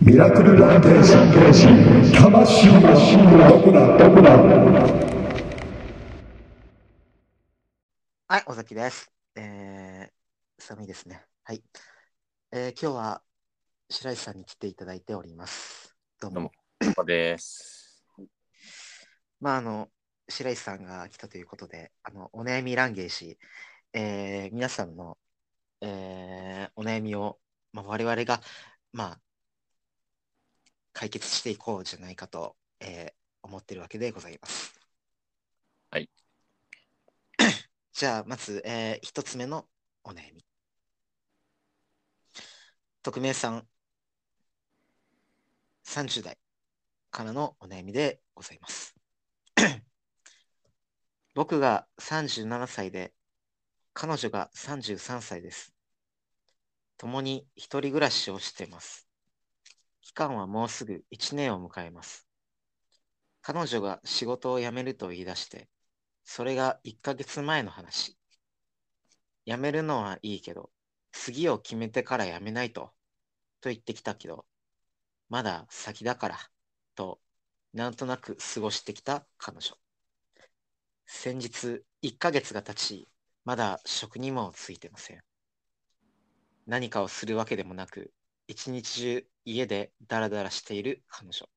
ミラクルランテーション、ーシン魂のどこだ、どこだ。はい、尾崎です。えー、寒いですね。はい。えー、今日は白石さんに来ていただいております。どうも。どうもここです。まあ、あの、白石さんが来たということで、あの、お悩みランゲージ、えー、皆さんの、えー、お悩みを、まあ、我々が、まあ、解決していこうじゃないかと、えー、思ってるわけでございます。はい。 じゃあ、まず、えー、一つ目のお悩み。匿名さん、30代からのお悩みでございます。僕が37歳で、彼女が33歳です。共に一人暮らしをしています。期間はもうすぐ1年を迎えます。彼女が仕事を辞めると言い出して、それが1ヶ月前の話。辞めるのはいいけど、次を決めてから辞めないと、と言ってきたけど、まだ先だから、と、なんとなく過ごしてきた彼女。先日、1ヶ月が経ち、まだ職にもついてません。何かをするわけでもなく、一日中家でダラダラしている彼女。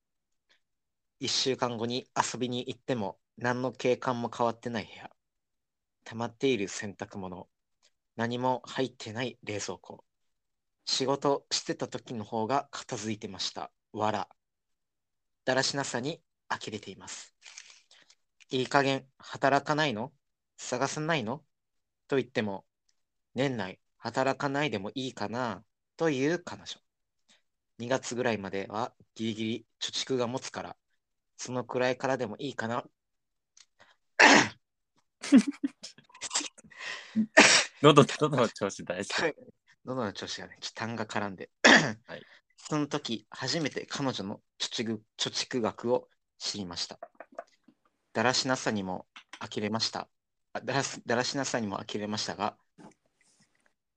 一週間後に遊びに行っても何の景観も変わってない部屋。溜まっている洗濯物。何も入ってない冷蔵庫。仕事してた時の方が片付いてました。わら。だらしなさに呆れています。いい加減働かないの探さないのと言っても、年内働かないでもいいかなという彼女。2月ぐらいまではギリギリ貯蓄が持つから、そのくらいからでもいいかな。喉喉の調子大事。喉の調子がね、気痰が絡んで。はいその時、初めて彼女の貯蓄貯蓄額を知りました。だらしなさにも呆れました。あだらすだらしなさにも呆れましたが、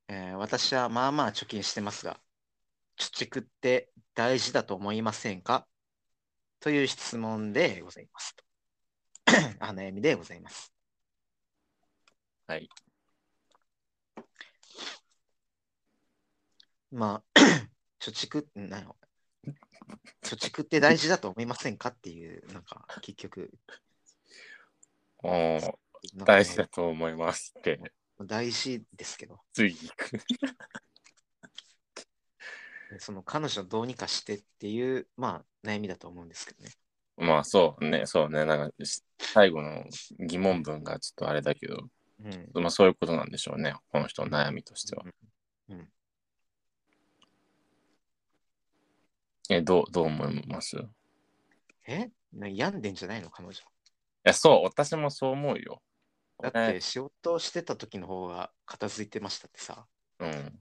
えー私はまあまあ貯金してますが、貯蓄って大事だと思いませんかという質問でございます。 お悩みでございます。はい。まあ、 貯蓄って何よ貯蓄って大事だと思いませんかっていう、なんか、結局、おーなんかね大事だと思いますって。大事ですけど、ついに行く。その彼女をどうにかしてっていう、まあ、悩みだと思うんですけどね。まあそうね、そうね。なんかし最後の疑問文がちょっとあれだけど、うん。まあそういうことなんでしょうね。この人の悩みとしては。うんえ、どう、どう思いますいえな病んでんじゃないの彼女。や、そう、私もそう思うよ。だって、仕事をしてた時の方が片付いてましたってさ、うん。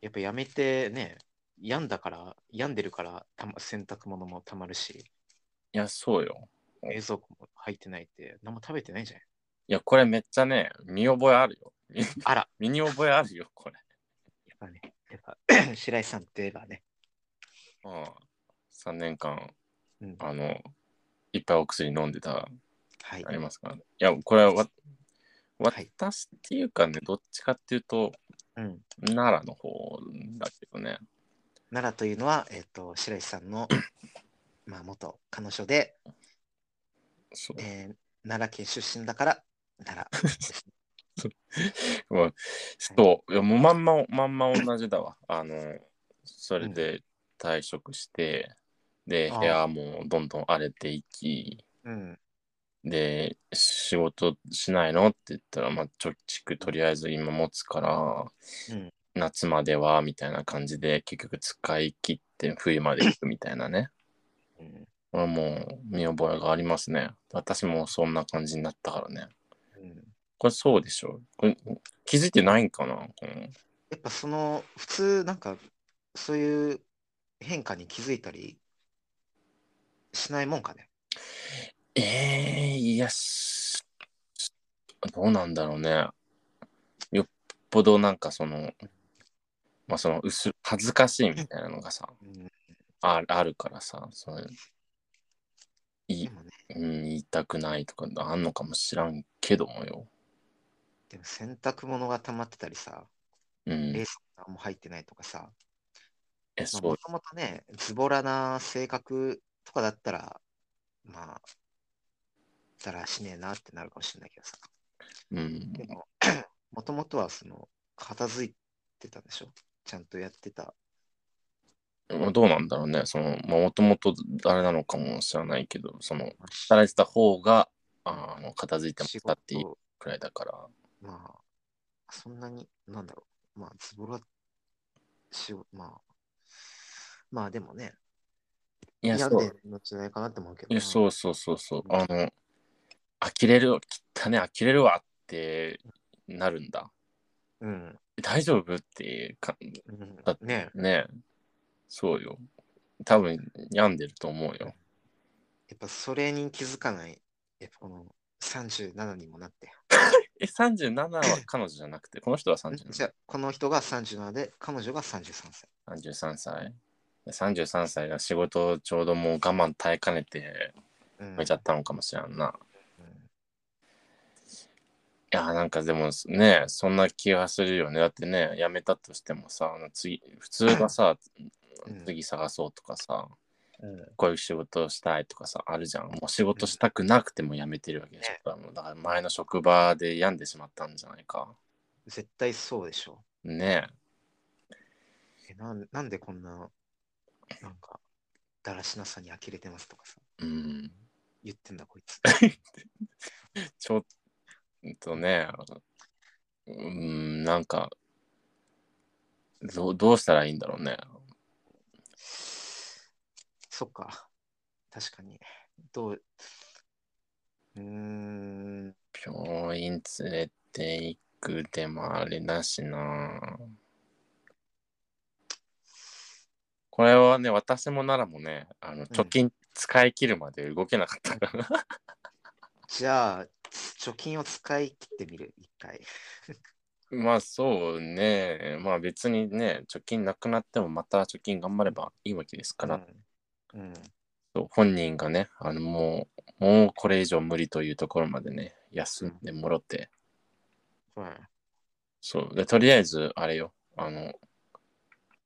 やっぱやめてね、病んだから、病んでるから、たま、洗濯物もたまるし、いや、そうよ。冷蔵庫も入ってないって、何も食べてないじゃん。いや、これめっちゃね、見覚えあるよ。みあら。身に覚えあるよ、これ。やっぱね、やっぱ白石さんって言えばね、うん。3年間、うん、あの、いっぱいお薬飲んでた、はいあ。りますからね。いや、これはわ、はい私っていうかね、どっちかっていうと、うん、奈良の方だけどね。奈良というのは、えっ、と、白石さんの、まあ、元彼女で、そう。えー奈良県出身だから、奈良ですね。まあそう、いやもうまんま、まんま同じだわ。あの、それで退職して、で、ああ部屋もどんどん荒れていき、うん、で、仕事しないのって言ったら、まあ、貯蓄とりあえず今持つから、うん夏までは、みたいな感じで、結局使い切って冬まで行くみたいなね。うん、これもう見覚えがありますね。私もそんな感じになったからね。うん。これそうでしょこれ気づいてないんかなこのやっぱその、普通、なんか、そういう変化に気づいたりしないもんかね。ええいや、しどうなんだろうね。よっぽどなんかその、まあその、うす、恥ずかしいみたいなのがさ、うん、ああるからさ、そのいでもね、うん、言いたくないとかあんのかもしらんけどもよ。でも洗濯物が溜まってたりさ、うん。冷え、蔵庫何も入ってないとかさ、そまあうも。ともとね、ズボラな性格とかだったら、まあ、だらしねえなってなるかもしれないけどさ、うん。でも、もともとはその、片付いてたんでしょちゃんとやってた。まあどうなんだろうね。その、もともとあれなのかもしれないけど、その、働いてた方が、ああの、片付いてまし仕たっていう事、くらいだから。まあ、そんなに、なんだろう、まあ、ズボラ、しよう、まあ、まあでもね、いや、やそう。での違いかなって思うけどな。いや、そうそうそうそう。あの、呆れるわ、汚ね、呆れるわってなるんだ。うん。大丈夫ってか、うんだっねえねそうよ。多分、病んでると思うよ。やっぱそれに気づかない、やっぱこの37にもなって。え、37は彼女じゃなくて、この人はん37じゃあこの人が37で、彼女が33歳。 33歳。33歳が仕事をちょうどもう我慢耐えかねてうん辞めちゃったのかもしれんな。うんいや、なんかでもね、そんな気がするよね。だってね、辞めたとしてもさ、あの次、普通はさ、うん次探そうとかさ、うんこういう仕事をしたいとかさ、あるじゃん。もう仕事したくなくても辞めてるわけでしょ。だからもうだから前の職場で病んでしまったんじゃないか。絶対そうでしょねえなん。なんでこんな、なんか、だらしなさに呆れてますとかさ、え。うん。言ってんだこい つ。ちょっとね、うん、なんか、どうどうしたらいいんだろうね。そっか。確かに。どう、うーん、病院連れて行くでもあれだしな。これはね、私もならもね、あの貯金使い切るまで動けなかったから。 じゃあ、貯金を使い切ってみる、一回。まあそうね、まあ別にね、貯金なくなってもまた貯金頑張ればいいわけですから、うん。うんそう本人がね、あのもう、もうこれ以上無理というところまでね、休んでもろって、はいそう、でとりあえずあれよ、あの、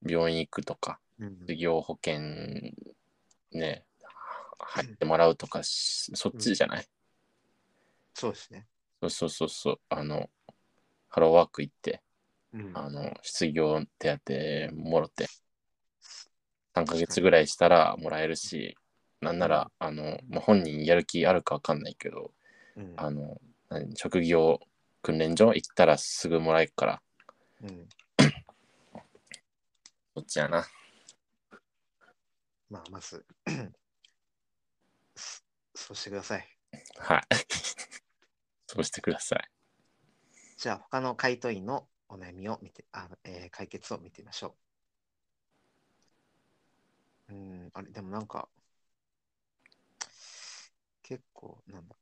病院行くとか、うん事業保険ね、入ってもらうとかし、そっちじゃない、そうですね。そうそうそうそう、あの、ハローワーク行って、うんあの、失業手当もろって、3ヶ月ぐらいしたらもらえるし、なんなら、あの、まあ、本人やる気あるかわかんないけど、うんあの、何職業訓練所行ったらすぐもらえるから、うんそっちやな。まあ、まず、 そそうしてください。はい。 そうしてください。じゃあ、他の回答員のお悩みを見て、あえー解決を見てみましょう。うん、あれ、でもなんか、結構、なんだ。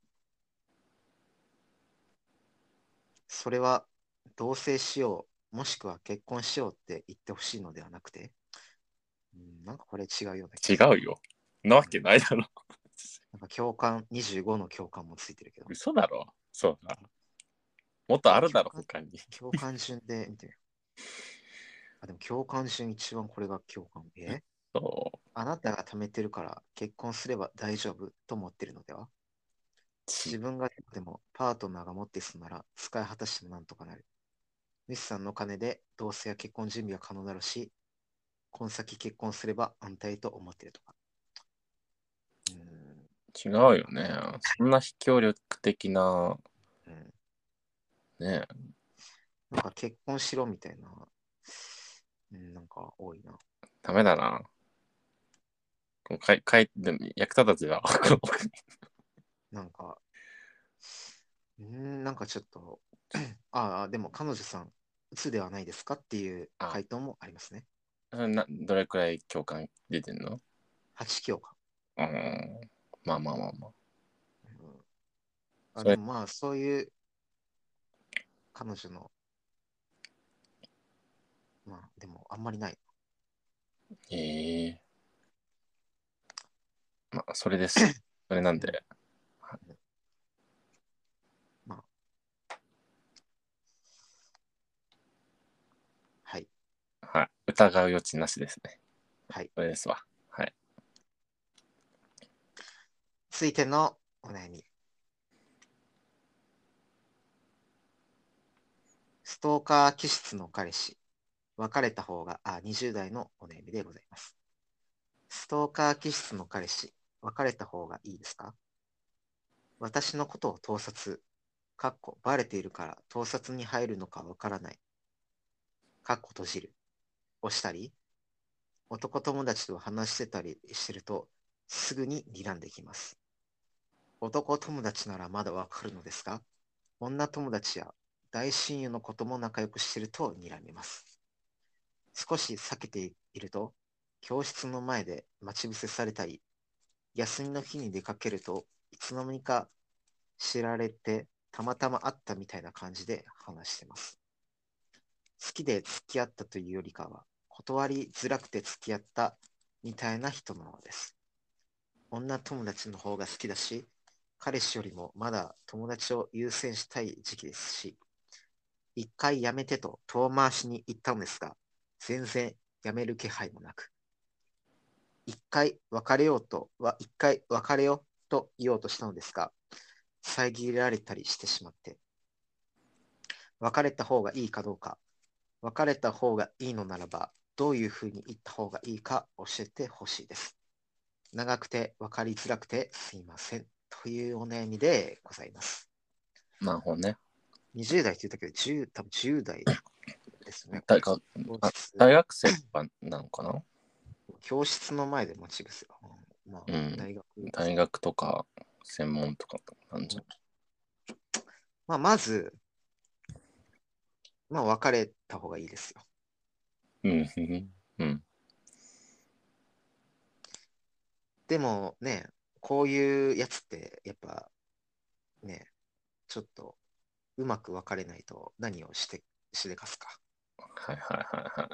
それは、同棲しよう、もしくは結婚しようって言ってほしいのではなくて、うん、なんかこれ違うような気違がするうよ。なわけないだろ。なんか共感、25の共感もついてるけど、嘘だろ。そうだ。もっとあるだろ、他に。共感順で見てみよう。あ、でも共感順一番これが共感。えそう。あなたが貯めてるから結婚すれば大丈夫と思ってるのでは自分がでもパートナーが持ってそうなら使い果たしてもなんとかなる。西さんの金で同棲や結婚準備が可能だろうし、この先結婚すれば安泰と思ってるとか。う違うよね。そんな非協力的な、ーん、うん。ね、なんか結婚しろみたいな、うん、なんか多いな。ダメだな。こうかいかいでも役立た ずだ。なんか、うーん、なんかちょっと、 ああ、でも彼女さん、鬱ではないですかっていうあ回答もありますね。それなどれくらい共感出てんの8教科。うん。まあまあまあまあ。うんあそれでもまあ、そういう、彼女の、まあ、でもあんまりない。ええまあ、そ れです。それなんで、はい。はい。疑う余地なしですね。はい。それですわ。続いてのお悩み。ストーカー気質の彼氏。別れた方が、あ、20代のお悩みでございます。ストーカー気質の彼氏。別れた方がいいですか私のことを盗撮。かっこ、バレているから盗撮に入るのかわからない。かっこ閉じる。押したり、男友達と話してたりしてると、すぐに睨んできます。男友達ならまだわかるのですが、女友達や大親友の子とも仲良くしてると睨みます。少し避けていると、教室の前で待ち伏せされたり、休みの日に出かけるといつの間にか知られてたまたま会ったみたいな感じで話してます。好きで付き合ったというよりかは、断りづらくて付き合ったみたいな人なのです。女友達の方が好きだし、彼氏よりもまだ友達を優先したい時期ですし、一回やめてと遠回しに言ったのですが、全然やめる気配もなく、一回別れようとは、一回別れようと言おうとしたのですが、遮られたりしてしまって、別れた方がいいかどうか、別れた方がいいのならば、どういうふうに言った方がいいか教えてほしいです。長くて分かりづらくてすいませんというお悩みでございます。なるほどね。 20代って言ったけど、10多分10代ですね。大学あ大学生とかなのかな教室の前で待ち伏せ。うんまあ、うん大学、大学とか専門とかなんじゃまあ、まず、まあ、別れた方がいいですよ。うんうんうんでもね、こういうやつって、やっぱ、ね、ちょっと、うまく別れないと何をして、しでかすか。はいはいはいはい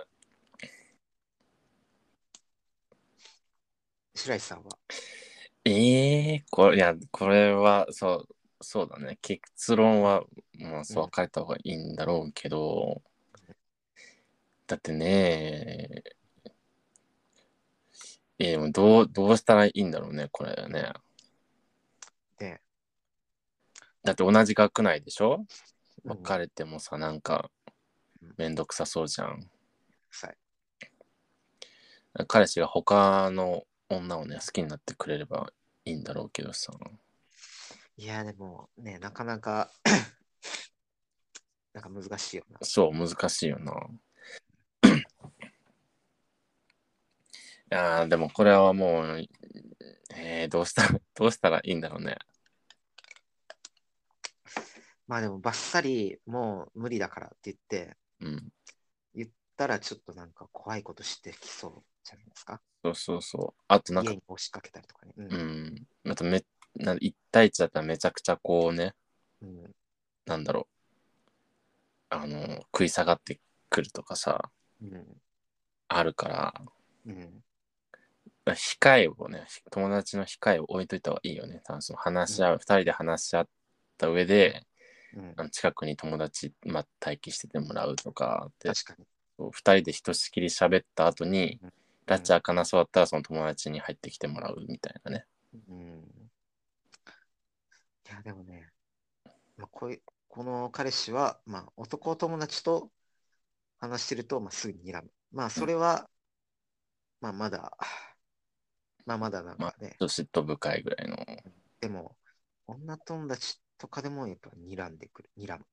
白石さんは。ええこれいやこれはそうそうだね結論はまあそううん書いた方がいいんだろうけど、だってねええー、もうどうどうしたらいいんだろうねこれねねだって同じ学内でしょうん別れてもさなんかうんめんどくさそうじゃんさい彼氏が他の女をね好きになってくれればいいんだろうけどさいや、でもね、なかなか、 なんか難しいよな。そう、難しいよな。 あーでもこれはもう、えーどうした ら、どうしたらいいんだろうね。まあでも、ばっさり、もう無理だからって言って、うん。言ったらちょっとなんか怖いことしてきそうじゃないですか。そうそうそう。あとなん家か、に押しかけたりとかね。う。うんあとめ、なん一対一だったらめちゃくちゃこうね、ん。うん。なんだろう。あの、食い下がってくるとかさ、うん。あるから、うん。控えをね、友達の控えを置いといた方がいいよね。多分その話し合う、二、人で話し合った上で、うんあの近くに友達、まあ、待機しててもらうとかで確かに。 2人でひとしきり喋った後にうんラチャーかなそうだったらその友達に入ってきてもらうみたいなねうん。いや、でもね、まあ、こういう、この彼氏は、まあ、男友達と話してると、まあ、すぐに睨む。まあ、それは、まあ、まだ、まあ、まだなんかね、ちょっと嫉妬深いぐらいのでも、女友達とかでもやっぱ睨んでくる。睨む。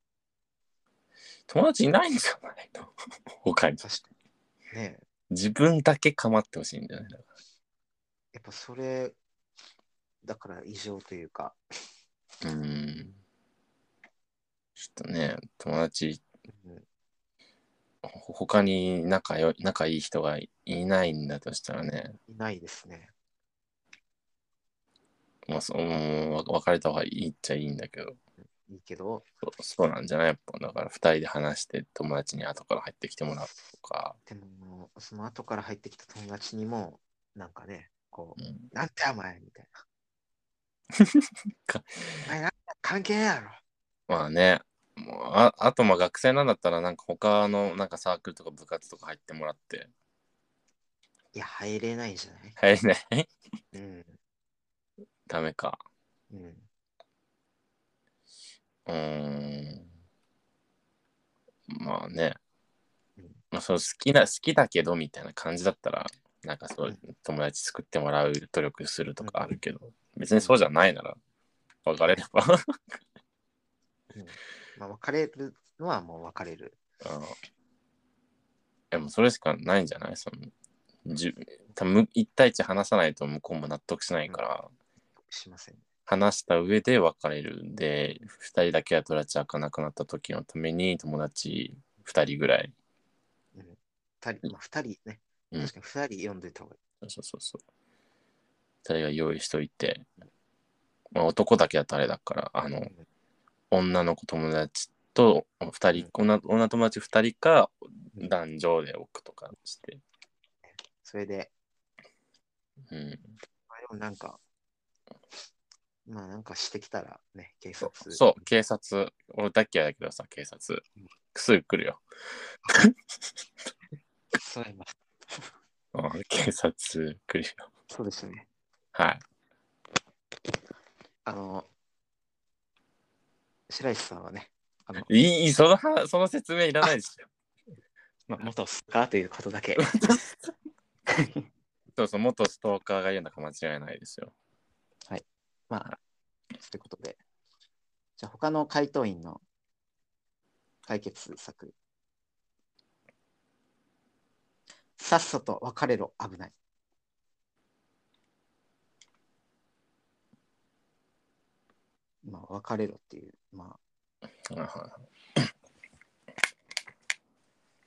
友達いないんじゃないの 他に確かに。ねえ自分だけ構ってほしいんじゃないのやっぱそれ、だから異常というか、うーんちょっとね友達うんほ他に仲よ仲いい人がいないんだとしたらねいないですね。まあそううんわ別れた方がいいっちゃいいんだけどいいけど、そうそうなんじゃないやっぱだから2人で話して友達に後から入ってきてもらうとかでも、その後から入ってきた友達にも、なんかね、こう、うんなんてお前みたいなか。お前なんか関係ねえやろ。まあね、もうああとまあ学生なんだったら、なんか他のなんかサークルとか部活とか入ってもらって、いや、入れないんじゃない入れないうん。 ダメか。うん。うーん。まあねうん。、まあ、そう好きな、好きだけどみたいな感じだったら、なんかそううん友達作ってもらう努力するとかあるけど、別にそうじゃないなら、別れれば。まあ、別れるのはもう別れる。うんでもそれしかないんじゃないそのじゅ多分む一対一話さないと向こうも納得しないから、しません。話した上で別れるんで二人だけは取らち開かなくなった時のために友達二人ぐらい二人、まあ、二人ね。うん確かに二人読んでいた方がいそうそうそうそう二人が用意しといて、まあ、男だけだとあれだからあのい。うん女の子友達と二人、女女友達二人か男女で置くとかして、それで、うん、まあ、でもなんか、まあなんかしてきたらね、警察。そう、警察。俺だけやだけどさ、警察うん。すぐ来るよ。そういえばうん警察来るよ。そうですね。はい。あの、白石さんはね、あの、いい、その話その説明いらないでしょ。まあ、元スカーということ だけ。そうそう、元ストーカーが言うんだから間違いないですよ。まあ、ということで。じゃあ、他の回答員の解決策。さっさと別れろ、危ない。まあ、別れろっていう、まはいはい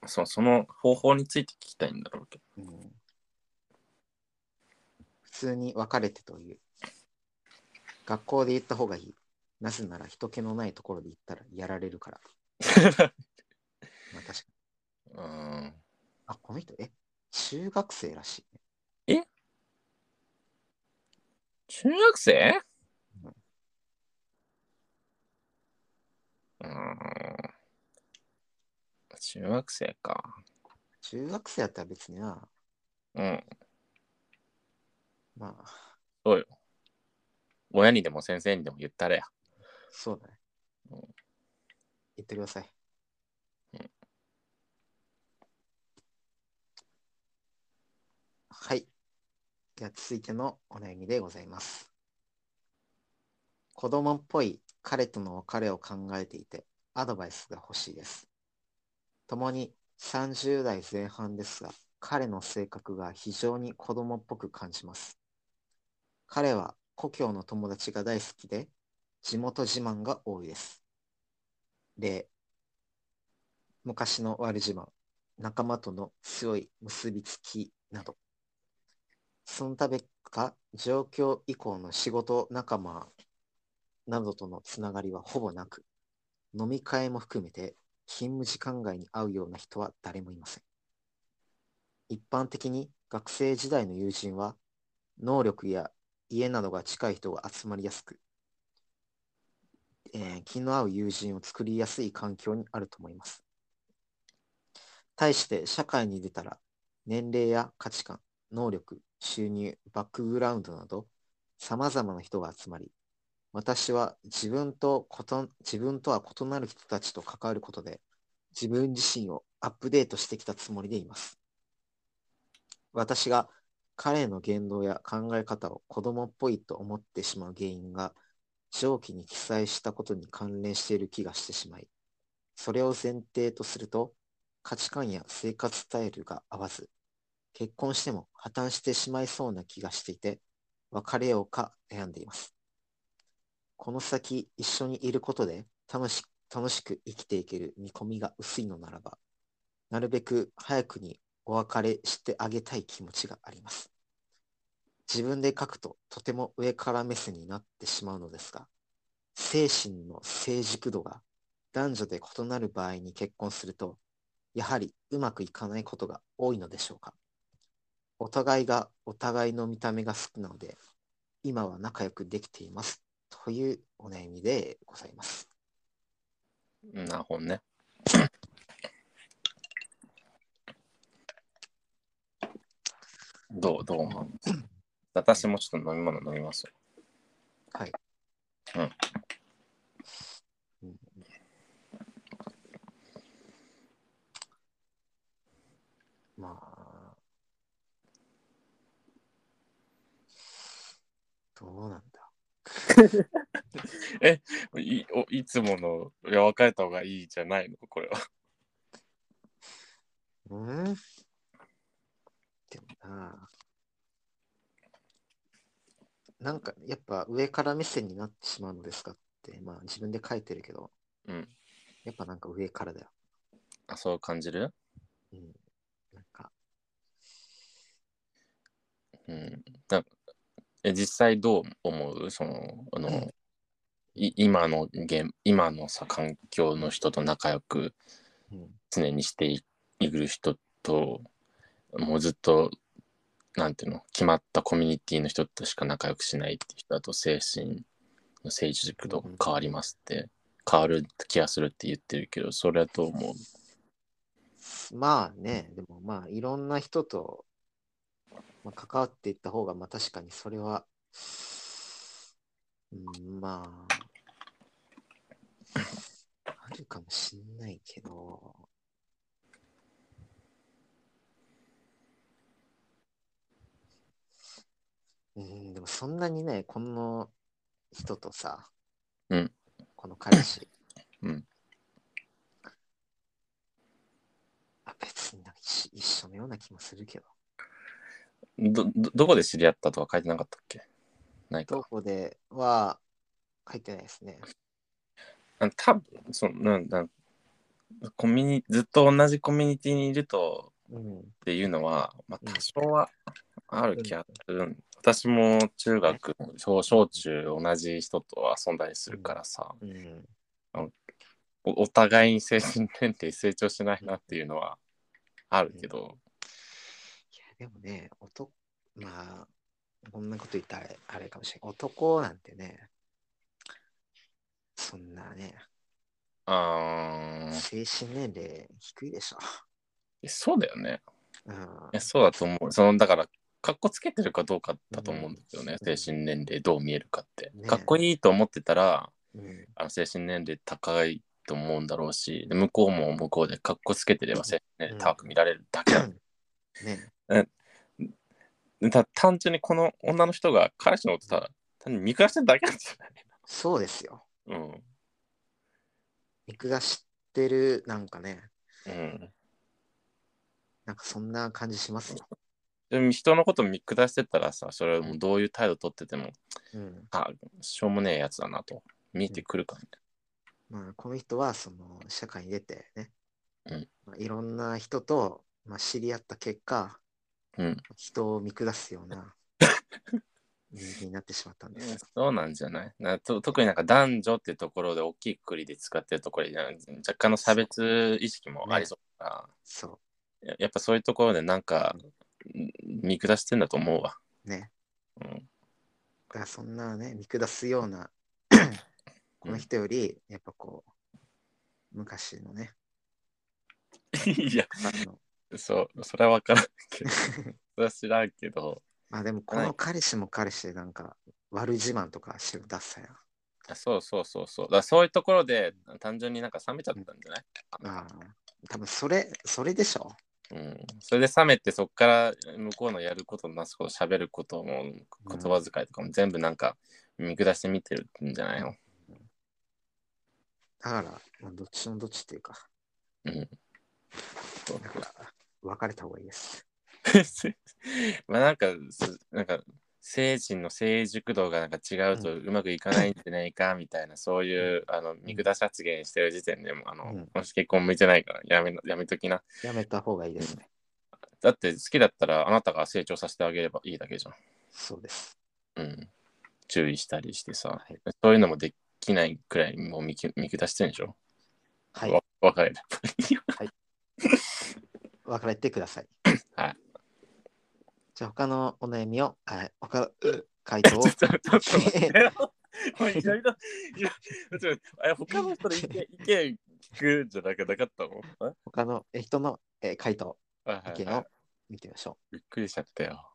そうその方法について聞きたいんだろうけあ、うん、普通に別れてという。学校で言った方がいい。なぜなら人気のないところで言ったらやられるから。まあ、確かにど。うん。あ、この人、え、中学生らしいね。中学生ううん。中学生か。中学生やったら別にな、うん。まあ、親にでも先生にでも言ったれや。そうだねうん。言ってください。うんはい。では続いてのお悩みでございます。子供っぽい彼との別れを考えていて、アドバイスが欲しいです。共に30代前半ですが、彼の性格が非常に子供っぽく感じます。彼は故郷の友達が大好きで、地元自慢が多いです。例、昔の悪自慢、仲間との強い結びつきなど。そのためか、上京以降の仕事仲間などとのつながりはほぼなく、飲み会も含めて勤務時間外に会うような人は誰もいません。一般的に学生時代の友人は、能力や家などが近い人が集まりやすく、えー気の合う友人を作りやすい環境にあると思います。対して社会に出たら年齢や価値観、能力、収入、バックグラウンドなど様々な人が集まり、私は自分とこと自分とは異なる人たちと関わることで自分自身をアップデートしてきたつもりでいます。私が彼の言動や考え方を子供っぽいと思ってしまう原因が上記に記載したことに関連している気がしてしまい、それを前提とすると、価値観や生活スタイルが合わず、結婚しても破綻してしまいそうな気がしていて、別れようか悩んでいます。この先一緒にいることで楽し楽しく生きていける見込みが薄いのならば、なるべく早くにお別れしてあげたい気持ちがあります。自分で書くととても上から目線になってしまうのですが、精神の成熟度が男女で異なる場合に結婚すると、やはりうまくいかないことが多いのでしょうか。お互いがお互いの見た目が好きなので、今は仲良くできています。というお悩みでございます。なるほどね。どうどう思う私もちょっと飲み物飲みますよ。まあ、どうなんだ。いおいつもの、いや、別れた方がいいじゃないのこれは。うんでもなあ、なんかやっぱ上から目線になってしまうのですかって、まあ自分で書いてるけど、うん。やっぱなんか上からだよ。あ、そう感じるうん。なんか、うん。なんかえ、実際どう思うその、あうんの、い今の現、今のさ、環境の人と仲良くうん、常にしている人ともうずっとなんていうの決まったコミュニティの人としか仲良くしないっていう人だと精神の成熟度が変わりますって変わる気がするって言ってるけどそれはどう思うまあね、でもまあいろんな人と、まあ、関わっていった方が、まあ確かにそれは、うん、まあ、あるかもしんないけど、うん、でもそんなにね、この人とさ、うんこの彼氏、うんあ別になんか一緒一緒のような気もするけど。どどどこで知り合ったとは書いてなかったっけないどかこでは入ってないですね。あ多分そのなんなんコミュニずっと同じコミュニティにいるとうん。っていうのは、まうんあ、多少はある気がする。私も中学、小小中同じ人と遊んだりするからさ、うん。おお互いに精神年齢成長しないなっていうのはあるけど、でもね、男、まあ、こんなこと言ったらあれあれかもしれない。男なんてね、そんなね、あー精神年齢低いでしょ。えそうだよね。うん。えそうだと思う。そのだから、かっこつけてるかどうかだと思うんですよね。うん精神年齢どう見えるかって。ねかっこいいと思ってたら、うんあの精神年齢高いと思うんだろうし、で向こうも向こうでかっこつけてれば精神年齢高く見られるだけだね。だ単純にこの女の人が彼氏のことただ単に見下してるだけなんじそうですよ。ゃない見下してる、なんかね、うん。なんかそんな感じしますよ。うん。でも人のこと見下してたらさ、それもどういう態度取ってても、うん。あ、しょうもねえやつだなと見えてくるからね。まあ、この人はその社会に出てね、うんまあ、いろんな人と、まあ、知り合った結果、うん人を見下すよう な人間になってしまったんです。そうなんじゃないなと特になんか男女っていうところで大きいくくりで使ってるところになんか若干の差別意識もありそうだかそら、ややっぱそういうところでなんか見下してんだと思うわ。うね。 うだん。からそんなね、見下すような、この人より、やっぱこう、昔のね、いや、あのそう、それは分からん けど、それは知らんけど。まあでもこの彼氏も彼氏でなんか悪自慢とかしてるダッサいあそうそうそうそう。だからそういうところで単純になんか冷めちゃったんじゃない、な。ああ、多分それ、それでしょ。うん、それで冷めてそこから向こうのやることなすこと喋ることも言葉遣いとかも全部なんか見下して見てるんじゃないのだから、まあ、どっちもどっちっていうか、うん。だから、別れた方がいいです。 まあなんかすなんか精神の成熟度がなんか違うとうまくいかないんじゃない かみたいな、そういうあの見下し発言してる時点でもうあの、うんもし結婚向いてないからやめなやめときなやめた方がいいですね。だって好きだったらあなたが成長させてあげればいいだけじゃんそうです。うん、注意したりしてさ、はいそういうのもできないくらいもう見き見下してんでしょ、はいわ。分かれる。別れてください。じゃあ他のお悩みを、あ他、う回 答を。ちょっと ちょっと待ってよおいいろいろいやちょっとあれ他の人の意見意見聞くんじゃなくなかったのあ他のえ人の、えー回答、はいはい意見はをい見てみましょびっくりしちゃったよ。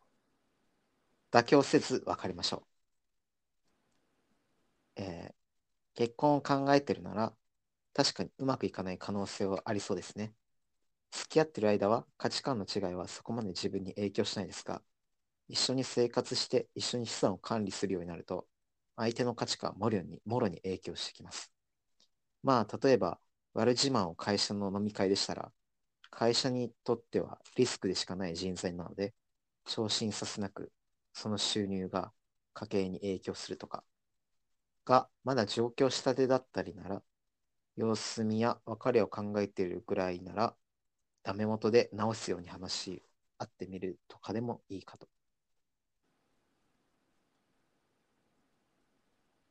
う。妥協せず分かりましょう。えー結婚を考えてるなら、確かにうまくいかない可能性はありそうですね。付き合ってる間は価値観の違いはそこまで自分に影響しないですが、一緒に生活して一緒に資産を管理するようになると、相手の価値観もろにもろに影響してきます。まあ、例えば、悪自慢を会社の飲み会でしたら、会社にとってはリスクでしかない人材なので、昇進させなく、その収入が家計に影響するとか、が、まだ上京したてだったりなら、様子見や別れを考えているぐらいなら、ダメ元で直すように話し合ってみるとかでもいいかと。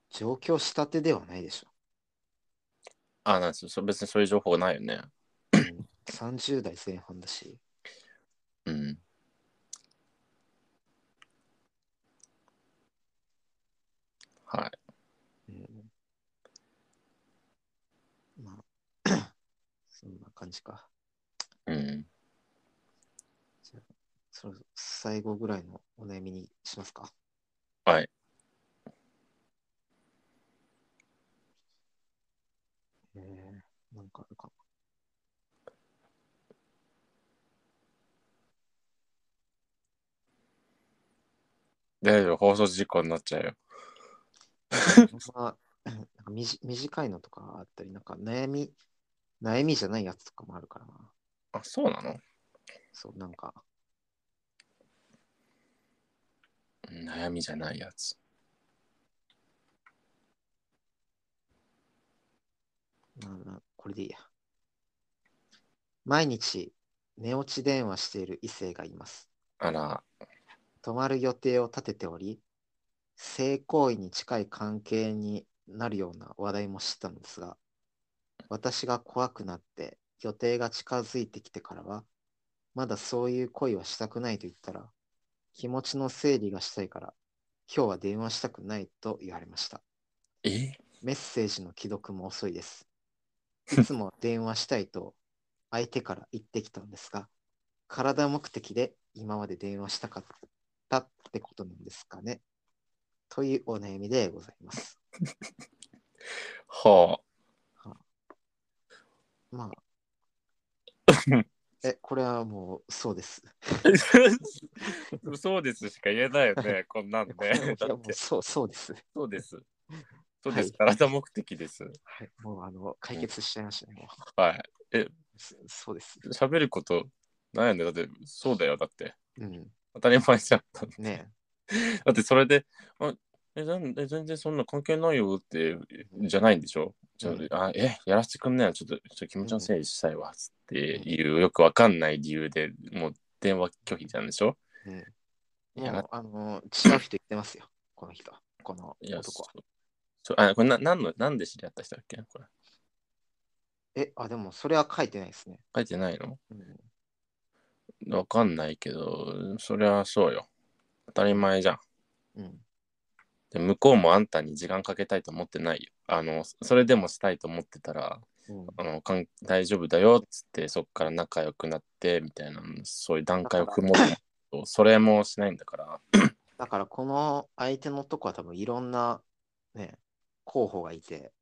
上京したてではないでしょあ、なんですよ。そ別にそういう情報ないよね。うん30代前半だし、うん。はうい。んまあ、 そんな感じか。うん。じゃあそろ最後ぐらいのお悩みにしますか。はい。えー、なんかあるか大丈夫、放送事故になっちゃうよ。な。 まあ、なんかみじ短いの とかあったり、なんか悩み、悩みじゃないやつとかもあるからな。あ、そうなのそう、なんか、悩みじゃないやつ。ななこれでいいや。毎日、寝落ち電話している異性がいます。あら、泊まる予定を立てており、性行為に近い関係になるような話題も知ったのですが、私が怖くなって予定が近づいてきてからは、まだそういう恋はしたくないと言ったら、気持ちの整理がしたいから、今日は電話したくないと言われました。えメッセージの既読も遅い です。いつも電話したいと相手から言ってきたんですが、体目的で今まで電話したかったってことなんですかね。というお悩みでございます。はまあ。え、これはもうそうです。あ。そうですしか言えないよ ね、こんなんで。これはいだやっもうて、そうそうです。そうです。そうです、は体目的です。はい、もうあの解決しちゃいましたね。もはい。うそそうです。喋ることないよね。だって、そうだよ。だって、うん。当たり前じゃん。ねだってそれで、あえなんえ全然そんな関係ないよって、じゃないんでしょちょ、うんあえ、やらせてくんないよ。ちょっとちょっと気持ちの整理したいわ。つっていう、よくわかんない理由でもう電話拒否じゃんでしょえ。うんいもやうあの違う人言ってますよ。この人。このいや、男は。そうそうあこれな何の何で知り合った人だっけこれえ、あ、でもそれは書いてないですね。書いてないのうんわかんないけど、そりゃそうよ。当たり前じゃん。うん。で向こうもあんたに時間かけたいと思ってないよ。あの、それでもしたいと思ってたら、うんあのかん大丈夫だよっつってそっから仲良くなってみたいなそういう段階をだか踏もうと思う とそれもしないんだからだからこの相手のとこは多分いろんなね、候補がいて、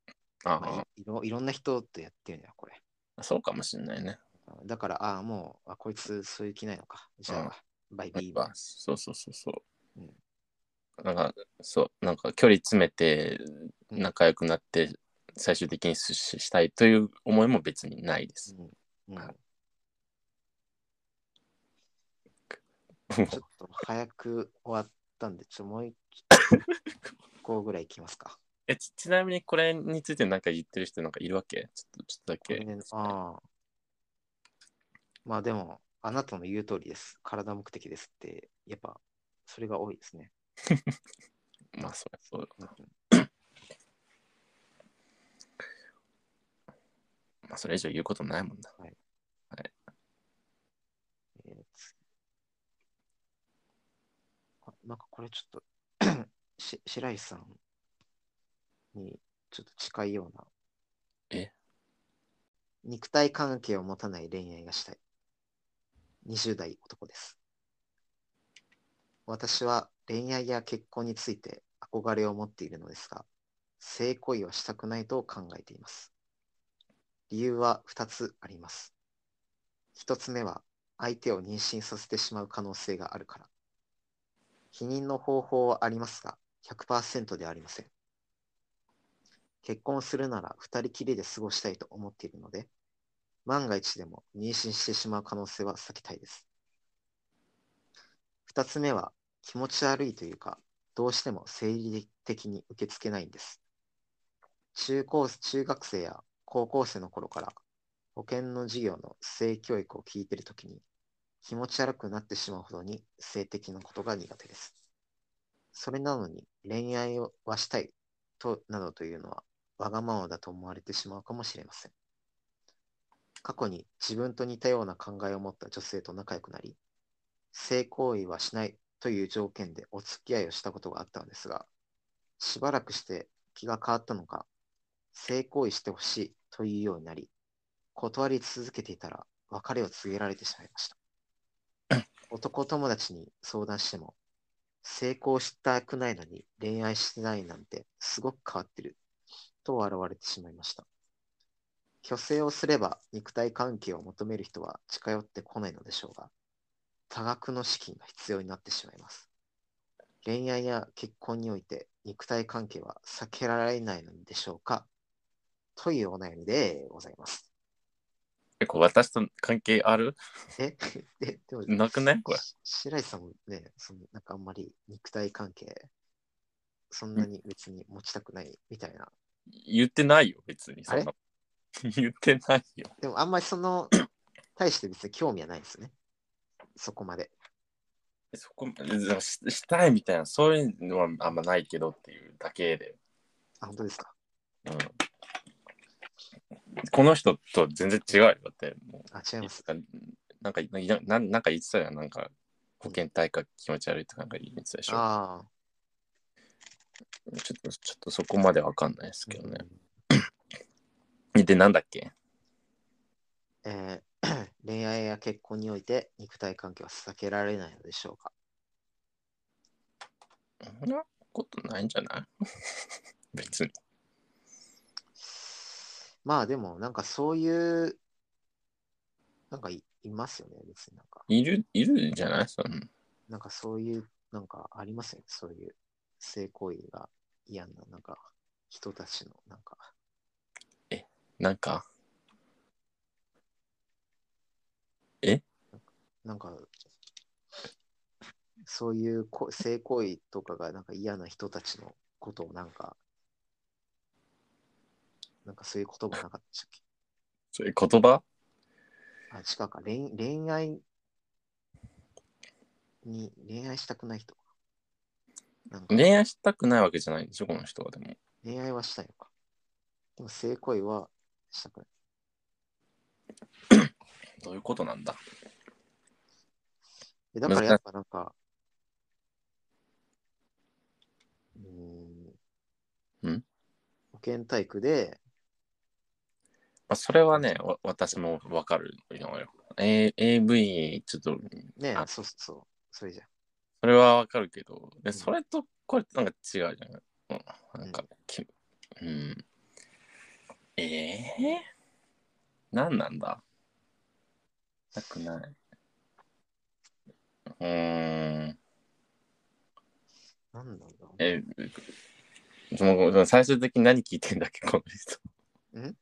あ、まあ、いいろいろんな人とやってるんだよ、これ。そうかもしれないねだから、ああ、もう、あこいつそういう気ないのか。じゃあ、バイビーまあそうそうそうそう、うんなんかそうなんか距離詰めてうん仲良くなって最終的にししたいという思いも別にないです、うんうん もちょっと早く終わったんで、ちょっともう一個ぐらいいきますか。うえちちなみにこれについてなんか言ってる人なんかいるわけちょっとちょっとだこけれねああまあでも、あなたの言う通りです。体目的ですって、やっぱ、それが多いですね。まあそりゃそうだな。まあそれ以上言うことないもんな。えー次なんかこれちょっと し、白石さんにちょっと近いような。え肉体関係を持たない恋愛がしたい。20代男です。私は恋愛や結婚について憧れを持っているのですが、性行為はしたくないと考えています。理由は2つあります。1つ目は、相手を妊娠させてしまう可能性があるから。避妊の方法はありますが、100%ではありません。結婚するなら2人きりで過ごしたいと思っているので、万が一でも妊娠してしまう可能性は避けたいです。2つ目は、気持ち悪いというか、どうしても生理的に受け付けないんです。中高中学生や高校生の頃から保険の授業の性教育を聞いているときに気持ち悪くなってしまうほどに性的なことが苦手です。それなのに恋愛をはしたいとなどというのはわがままだと思われてしまうかもしれません。過去に自分と似たような考えを持った女性と仲良くなり、性行為はしないという条件でお付き合いをしたことがあったのですが、しばらくして気が変わったのか、性行為してほしいというようになり、断り続けていたら別れを告げられてしまいました。男友達に相談しても、成功したくないのに恋愛してないなんてすごく変わってると笑われてしまいました。虚勢をすれば肉体関係を求める人は近寄ってこないのでしょうが、多額の資金が必要になってしまいます。恋愛や結婚において肉体関係は避けられないのでしょうかというお悩みでございます。結構私と関係あるえ ででもなくないこれし白石さんもね、そのなんかあんまり肉体関係、そんなに別に持ちたくないみたいな。言ってないよ、別に。あれそんな言ってない よ。でもあんまりそ の、対して別に興味はないですね。そこまで。そこししたいみたいな、そういうのはあんまないけどっていうだけで。あ、本当ですか。うん、この人と全然違うよ。だってもあ、違いうます。なんか、なんかなんなんか言ってたよ。なんか保健体が気持ち悪いとかなんか言ってたでしょ。ああ。ちょっとちょっとそこまでわかんないですけどねうん。で、なんだっけえー 恋愛や結婚において肉体関係は避けられないのでしょうかそんなことないんじゃない 別に。まあでも、なんかそういう、なんかいいますよね、別になんか。いる、いるんじゃないそのなんかそういう、なんかありますよね、そういう性行為が嫌な、なんか人たちの、なんか、なんか、なんか、そういうこ性行為とかがなんか嫌な人たちのことをなんか、なんかそういう言葉なかったでしたっけそういう言葉あ、違うか。恋恋愛に、恋愛したくない人か。なんか恋愛したくないわけじゃないでしょ、この人はでも。恋愛はしたいのか。でも性行為はしたくない。どういうことなんだえだからやっぱなんか、うーん。ん保健体育で、まあ、それはね、わ私もわかるのよ。A、AV、ちょっと、ねあそうそうそう、それじゃん。それはわかるけど、んでそれとこれってなんか違うじゃん。うんなんかうん、きうん。ええー、なんなんだしたくない。うーん。なんなんだろう。え、そのその最終的に何聞いてんだっけ、この人。ん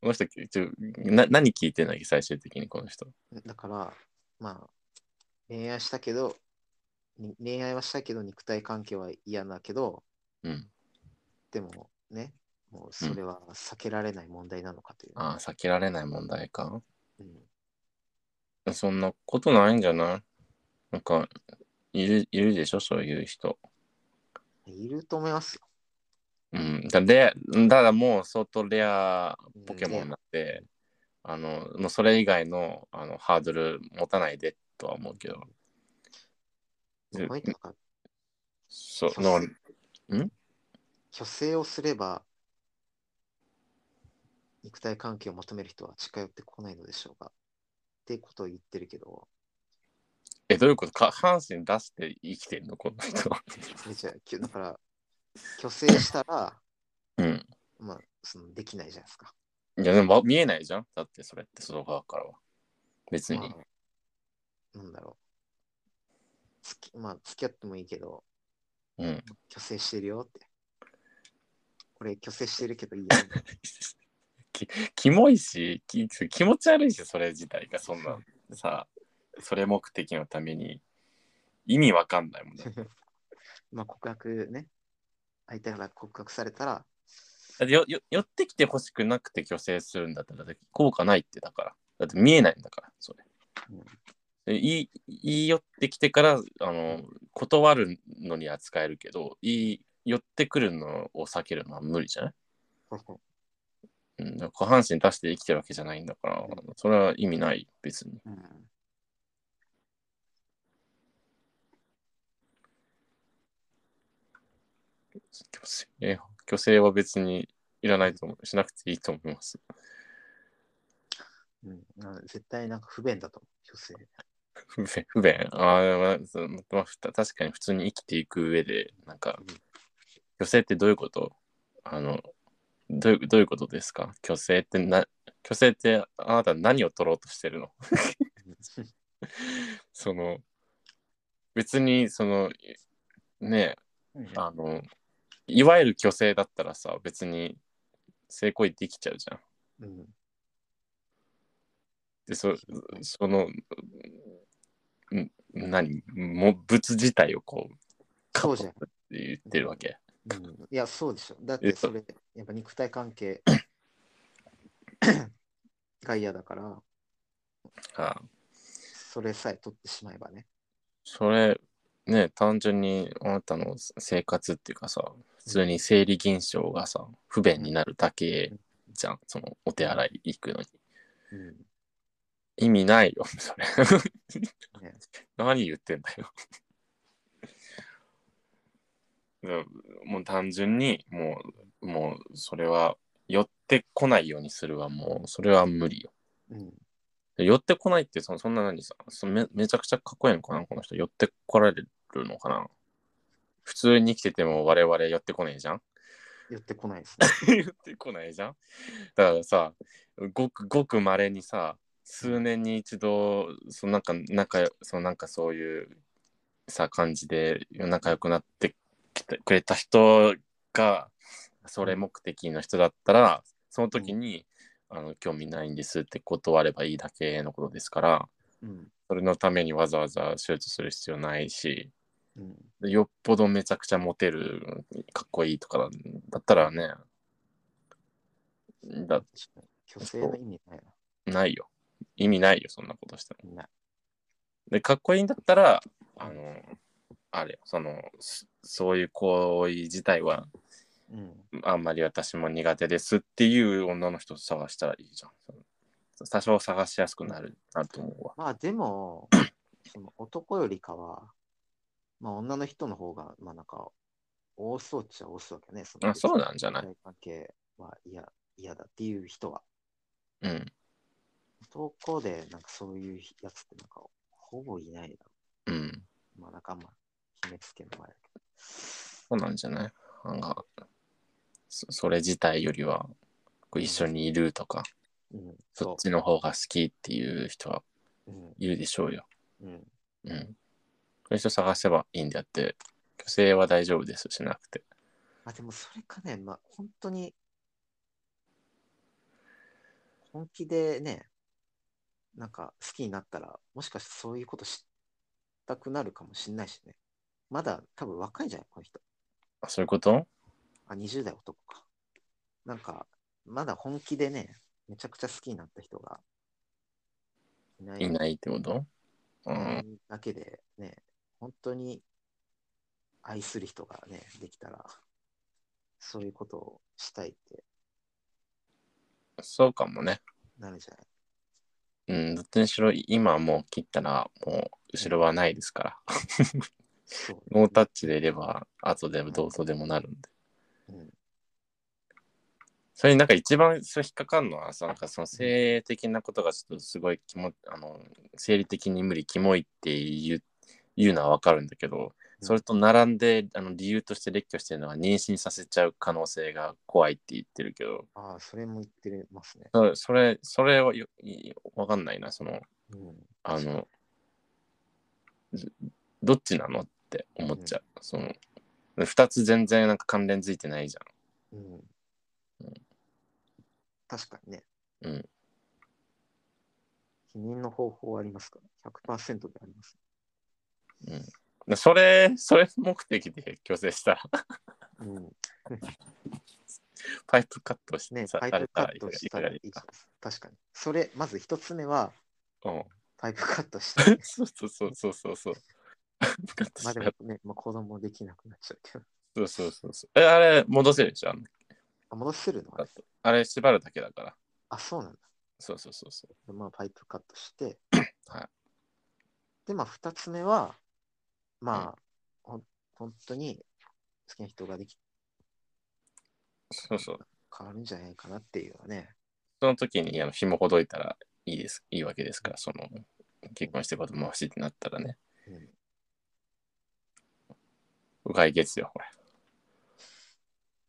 この人、ちょな何聞いてんだっけ、最終的にこの人。だから、まあ、恋愛したけど、に恋愛はしたけど、肉体関係は嫌だけど、うん。でもね、もうそれは避けられない問題なのかという。ああ、避けられない問題か。うんそんなことないんじゃないなんか、いる、いるでしょそういう人。いると思いますよ。うん。だレア、だからもう相当レアうんポケモンになって、あの、もうそれ以外のあのハードル持たないでとは思うけど。この人なんかそう、そうのっす虚勢をすれば、肉体関係を求める人は近寄ってこないのでしょうかってことを言ってるけど、え、どういうことか半身出して生きてんのこの人。それじゃきゅだから、虚勢したら、うん。まあ、そのできないじゃないですか。いや、でもわ見えないじゃんだってそれって外側からは。別に。まあ、なんだろう。つきまあ、付き合ってもいいけど、うん。虚勢してるよって。これ、虚勢してるけどいいよ。きキモいしき、気持ち悪いし、それ自体がそんな、さ、それ目的のために意味わかんないもんね。 まあ、告白ね。相手から告白されたら、だってよよ寄ってきてほしくなくて虚勢するんだったらだって効果ないってだからだって見えないんだからそれ、うんで言い言い寄ってきてからあの断るのには使えるけど言い寄ってくるのを避けるのは無理じゃない、ほうほううん、だから下半身出して生きてるわけじゃないんだからそれは意味ない別にうん、虚勢虚勢は別にいらないと思うしなくていいと思います うんなので絶対なんか不便だと思う、虚勢。不便不便あーまあそのまあ、ふた確かに普通に生きていく上でなんかうん虚勢ってどういうことあのどういうどういうことですか虚勢ってな虚勢ってあなた何を取ろうとしてるの その別にそのねうんあのいわゆる虚勢だったらさ別に性行為できちゃうじゃん うん、でそそのん何も物自体をこうそうじゃん、言ってるわけ。うん。いや、そうでしょ。だっえてっとそれ、やっぱ肉体関 係が嫌だから、はあ、それさえ取ってしまえばね。それね単純にあなたの生活っていうかさ普通に生理現象がさ不便になるだけじゃんそのお手洗い行くのにうん意味ないよそれね何言ってんだよだからもう単純にもうもうそれは寄ってこないようにするはもうそれは無理ようんで寄ってこないってそのそんな何さそめめちゃくちゃかっこいいのかなこの人寄ってこられるのかな普通に生きてても我々寄ってこないじゃん寄ってこないですね。寄ってこないじゃんだからさごくごくまれにさ数年に一度そのなんか仲よそのなんかそういうさ感じで仲良くなってきてくれた人がそれ目的の人だったらその時に、あの興味ないんですって断ればいいだけのことですから、うんそれのためにわざわざ手術する必要ないし、うんよっぽどめちゃくちゃモテる、かっこいいとかだったらね、だ虚勢の意味ないな。ないよ。意味ないよ、そんなことしても。みんな。で、かっこいいんだったら、あの、あれよ、その、そそういう行為自体はうん。あんまり私も苦手ですっていう女の人を探したらいいじゃん。その多少探しやすくなるなると思うわ。まあでも、その男よりかは、まあ女の人の方が、まあなんか、多そうっちゃ多そうだけどね。そのあそうなんじゃない肉体関係は嫌嫌だっていう人は。うん。男で、なんかそういうやつってなんか、ほぼいないだろうん。う。まあなんかあんま、決めつけの前だけど。そうなんじゃないなんかそ、それ自体よりは、こう一緒にいるとか、うん、そそっちの方が好きっていう人はう。うん。いるでしょうよ。うん。うん。そういう人探せばいいんであって、女性は大丈夫ですしなくて。まあでもそれかね、まあ本当に、本気でね、なんか好きになったら、もしかしてそういうことしたくなるかもしれないしね。まだ多分若いんじゃないこの人。あそういうことあ、20代男か。なんか、まだ本気でね、めちゃくちゃ好きになった人がいないいないってことう。いなんいだけでね、本当に愛する人がね、できたら、そういうことをしたいってそうかもね。なるじゃないうん。どっちにしろ、今はもう切ったら、もう後ろはないですから。そう。ノータッチでいれば、後でもどうとでもなるんで。うんそれになんか一番それ引っかかるのはさ、なんかその性的なことがちょっとすごいキモあの生理的に無理、キモいって言う言うのはわかるんだけど、それと並んであの理由として列挙してるのは妊娠させちゃう可能性が怖いって言ってるけど、ああ、それも言ってますね。それ、それ、それはよいわかんないな、その、うん。あの、ずどっちなのって思っちゃう。その、二つ全然なんか関連づいてないじうんうん。確かにね。うん。否認の方法はありますから、100%であります。ゃん。うん。それ、それ目的で強制したら、うん。パイプカットしね、さパイさプれカたらッいトかしいたからがいでいすですか。確かに。それ、まず一つ目は、うん。パイプカット して、そうそうそうそうそう。パイプカットまあしでたもら、ね、まあ、子供できなくなっちゃうけど。そうそうそうそう。え、あれ、戻せるでしょあのあ、戻せるのはカットあれ、縛るだけだから。あ、そうなんだ。そうそうそうそう。まあ、パイプカットして、はいで、まあ、二つ目は、まあ、ほん本当に好きな人ができそうそう。変わるんじゃないかなっていうのはね、その時にあの紐ほどいたらいいです、いいわけですから、その、結婚して子供欲しいってなったらね、うん解決よ、これ。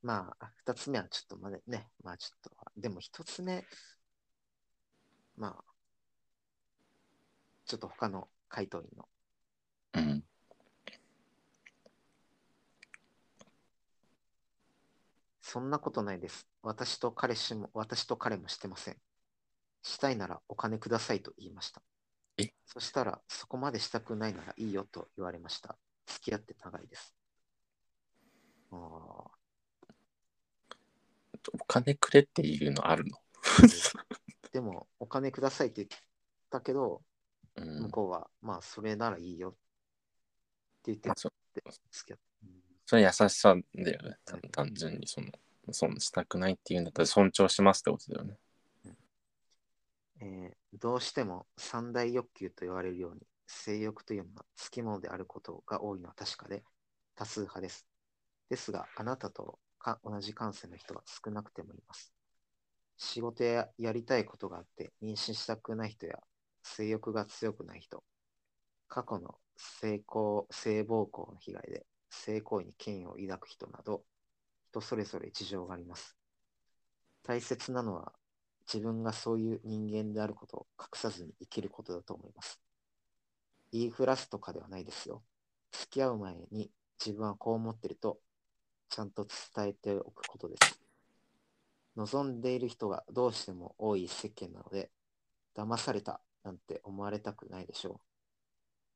まあ、二つ目はちょっとまだね、まあちょっと、でも一つ目、まあ、ちょっと他の回答員のうん。そんなことないです。私と彼氏も、私と彼もしてません。したいならお金くださいと言いました。えそしたら、そこまでしたくないならいいよと言われました。付き合って長いです。ああ、お金くれっていうのあるのでも、お金くださいって言ったけど、 う向ん。こうは、まあ、それならいいよって言って、そ付き合って。それ優しさだよね、た単純にその、損したくないっていうんだったら尊重しますってことだよね。えーどうしても三大欲求と言われるように性欲というのはつきものであることが多いのは確かで多数派です。ですがあなたとか同じ感性の人は少なくてもいます。仕事ややりたいことがあって妊娠したくない人や性欲が強くない人、過去の性行性暴行の被害で性行為に権威を抱く人など人それぞれ事情があります。大切なのは自分がそういう人間であることを隠さずに生きることだと思います。言いふらすとかではないですよ。付き合う前に自分はこう思ってると、ちゃんと伝えておくことです。望んでいる人がどうしても多い世間なので、騙されたなんて思われたくないでしょ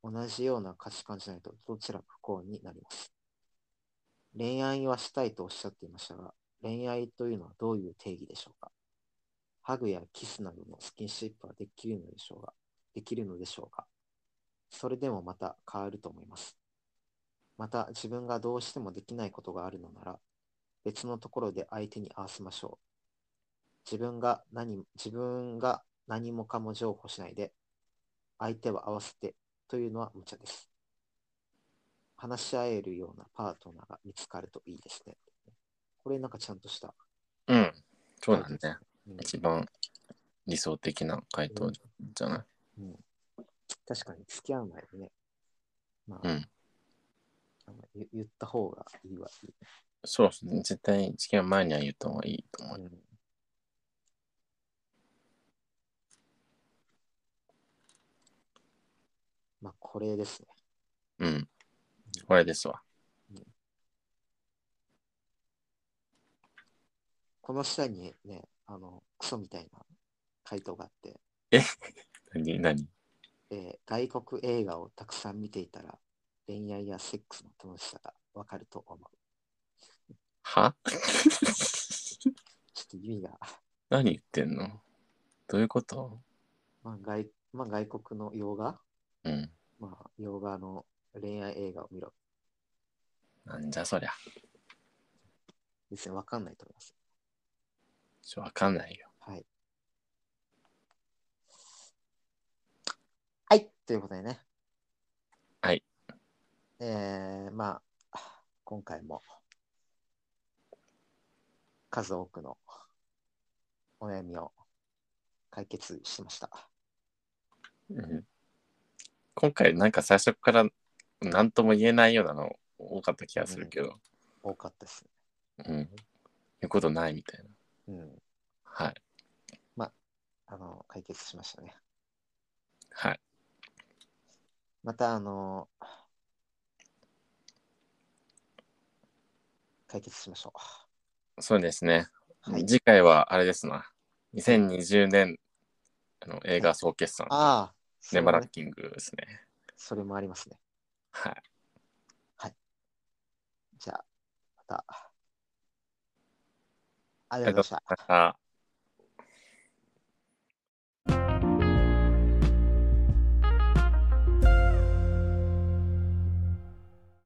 う。同じような価値観じゃないとどちらも不幸になります。恋愛はしたいとおっしゃっていましたが、恋愛というのはどういう定義でしょうかハグやキスなどのスキンシップはできるのでしょうが、できるのでしょうか。それでもまた変わると思います。また自分がどうしてもできないことがあるのなら、別のところで相手に合わせましょう。自分が何も、自分が何もかも譲歩しないで、相手は合わせてというのは無茶です。話し合えるようなパートナーが見つかるといいですね。これなんかちゃんとした。うん。そうだね。うん一番理想的な回答じゃない。確かに付き合う前にね、まあ、うんあの言言った方がいいわ。そうですね。絶対、付き合う前には言った方がいいと思う。うんまあ、これですね。うん。これですわ。この下にね、あの、クソみたいな回答があって、何何えー外国映画をたくさん見ていたら、恋愛やセックスの楽しさがわかると思う。は ちょっと意味が、何言ってんのどういうことまあ外まあ、外国の洋画、うん。まあ、洋画の恋愛映画を見ろ。なんじゃそりゃ。別にわかんないと思います。ちょ、わかんないよ。はい。はい、ということでね。はい。えー、まあ、今回も数多くのお悩みを解決しました。うん今回なんか最初から何とも言えないようなの多かった気がするけど、多かったですうん、言うことないみたいな。ね。うん。はい。あの、解決しましたね。はい。また、あの、解決しましょそうですね。う。はい。次回はあれですな。2020年あの映画総決算、ああ、そネれもバねランキングですね。それもありますね。はい。じゃあ、また。ありがとうございました。また